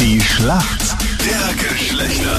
Die Schlacht der Geschlechter.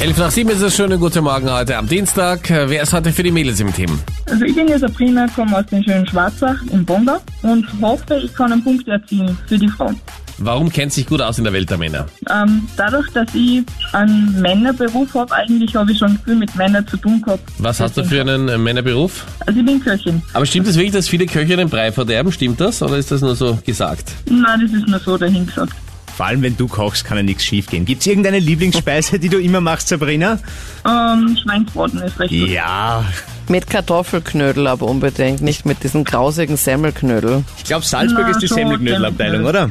11 nach 7 ist es. Schönen guten Morgen heute am Dienstag. Äh, Wer ist heute für die Mädels im Team? Also ich bin die Sabrina, komme aus dem schönen Schwarzach in Bongau und hoffe, ich kann einen Punkt erzielen für die Frauen. Warum kennt sich gut aus in der Welt der Männer? Ähm, dadurch, dass ich einen Männerberuf habe, eigentlich habe ich schon viel mit Männern zu tun gehabt. Was hast du für einen äh, Männerberuf? Also ich bin Köchin. Aber stimmt es wirklich, dass viele Köche den Brei verderben? Stimmt das oder ist das nur so gesagt? Nein, das ist nur so dahingesagt. Vor allem, wenn du kochst, kann ja nichts schiefgehen. Gibt's irgendeine Lieblingsspeise, die du immer machst, Sabrina? Ähm, Schweinsbraten ist recht gut. Ja. Mit Kartoffelknödel aber unbedingt, nicht mit diesen grausigen Semmelknödel. Ich glaube, Salzburg Na, ist die so Semmelknödelabteilung, oder?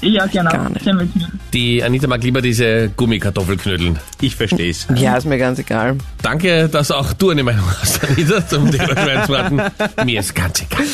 Ja, genau. Gar nicht. Semmelknödel. Die Anita mag lieber diese Gummikartoffelknödeln. Ich versteh's. Ja, ist mir ganz egal. Danke, dass auch du eine Meinung hast, Anita, zum Thema Schweinsbraten. Mir ist ganz egal.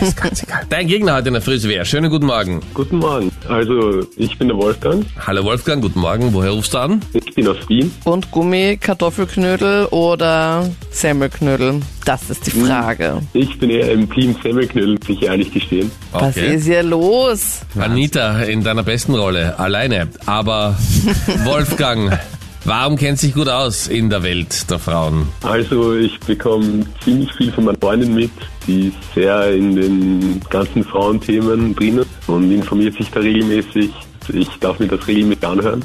Mir ist ganz egal. Dein Gegner heute in der Früh ist wer? Schönen guten Morgen. Guten Morgen. Also, ich bin der Wolfgang. Hallo Wolfgang, guten Morgen. Woher rufst du an? Ich bin aus Wien. Und Gummi, Kartoffelknödel oder Semmelknödel? Das ist die Frage. Ich bin eher im Team Semmelknödel, muss ich ehrlich gestehen. Was ist hier los? Anita in deiner besten Rolle, alleine. Aber Wolfgang, warum kennt sich gut aus in der Welt der Frauen? Also, ich bekomme ziemlich viel von meinen Freunden mit, die ist sehr in den ganzen Frauenthemen drin ist und informiert sich da regelmäßig. Ich darf mir das regelmäßig anhören.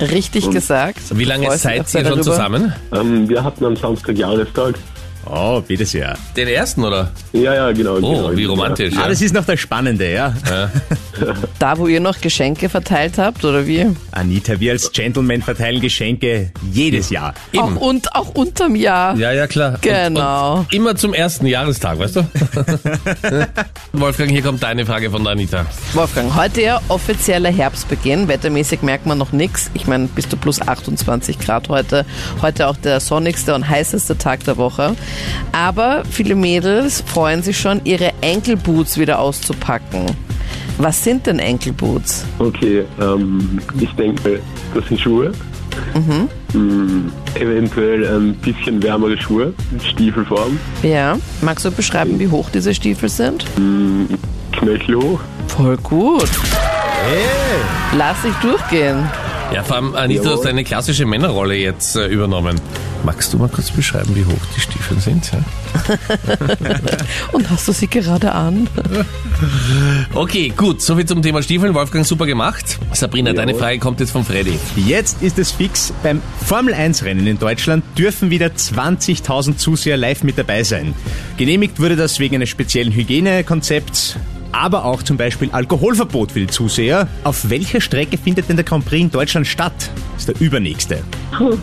Richtig gesagt. Wie lange Freust seid dich auch ihr sehr schon darüber. zusammen? Ähm, wir hatten am Samstag Jahrestag. Oh, bitte sehr. Den ersten, oder? Ja, ja, genau. Oh, genau. wie romantisch. Ah, Ja. das ist noch das Spannende, ja. Da, wo ihr noch Geschenke verteilt habt, oder wie? Anita, wir als Gentleman verteilen Geschenke jedes Jahr. Auch, und, auch unterm Jahr. Ja, ja, klar. Und- Genau. Und immer zum ersten Jahrestag, weißt du? Wolfgang, hier kommt deine Frage von der Anita. Wolfgang, heute ja offizieller Herbstbeginn. Wettermäßig merkt man noch nichts. Ich meine, bis zu plus 28 Grad heute. Heute auch der sonnigste und heißeste Tag der Woche. Aber viele Mädels freuen sich schon, ihre Enkelboots wieder auszupacken. Was sind denn Enkelboots? Okay, ähm, ich denke, das sind Schuhe. Hm, eventuell ein bisschen wärmere Schuhe, Stiefelform, Ja, magst du beschreiben, wie hoch diese Stiefel sind? Knöchelhoch. Voll gut. Hey. Lass dich durchgehen. Ja, vor allem, Anita, du hast Jawohl. deine klassische Männerrolle jetzt äh, übernommen. Magst du mal kurz beschreiben, wie hoch die Stiefel sind? Ja? Und hast du sie gerade an? Okay, gut. Soviel zum Thema Stiefeln. Wolfgang, super gemacht. Sabrina, deine Jawohl. Frage kommt jetzt von Freddy. Jetzt ist es fix. Beim Formel-1-Rennen in Deutschland dürfen wieder 20.000 Zuseher live mit dabei sein. Genehmigt wurde das wegen eines speziellen Hygienekonzepts, aber auch zum Beispiel Alkoholverbot für die Zuseher. Auf welcher Strecke findet denn der Grand Prix in Deutschland statt? Das ist der übernächste. Puh.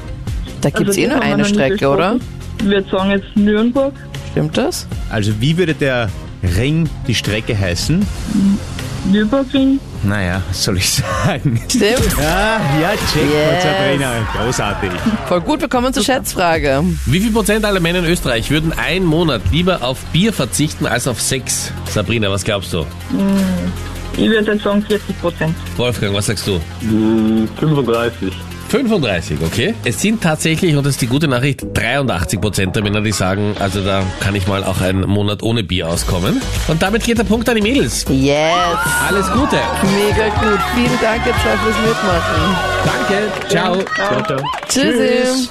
Da gibt's Also eh das nur haben wir eine noch nicht Strecke, oder? besprochen. Ich würde sagen jetzt Nürnberg. Stimmt das? Also wie würde der Ring die Strecke heißen? Nürburgring. Naja, was soll ich sagen? Stimmt. Ah, ja, Jackpot, Yes. Sabrina. Großartig. Voll gut, wir kommen zur Schätzfrage. Wie viel Prozent aller Männer in Österreich würden einen Monat lieber auf Bier verzichten als auf Sex? Sabrina, was glaubst du? Ich würde jetzt sagen 40 Prozent. Wolfgang, was sagst du? Hm, 35. 35, okay? Es sind tatsächlich, und das ist die gute Nachricht, 83 Prozent der Männer, die sagen, also da kann ich mal auch einen Monat ohne Bier auskommen. Und damit geht der Punkt an die Mädels. Yes. Alles Gute. Mega gut. Vielen Dank jetzt fürs Mitmachen. Danke. Ciao. Ciao, ciao. Tschüssi. Tschüss.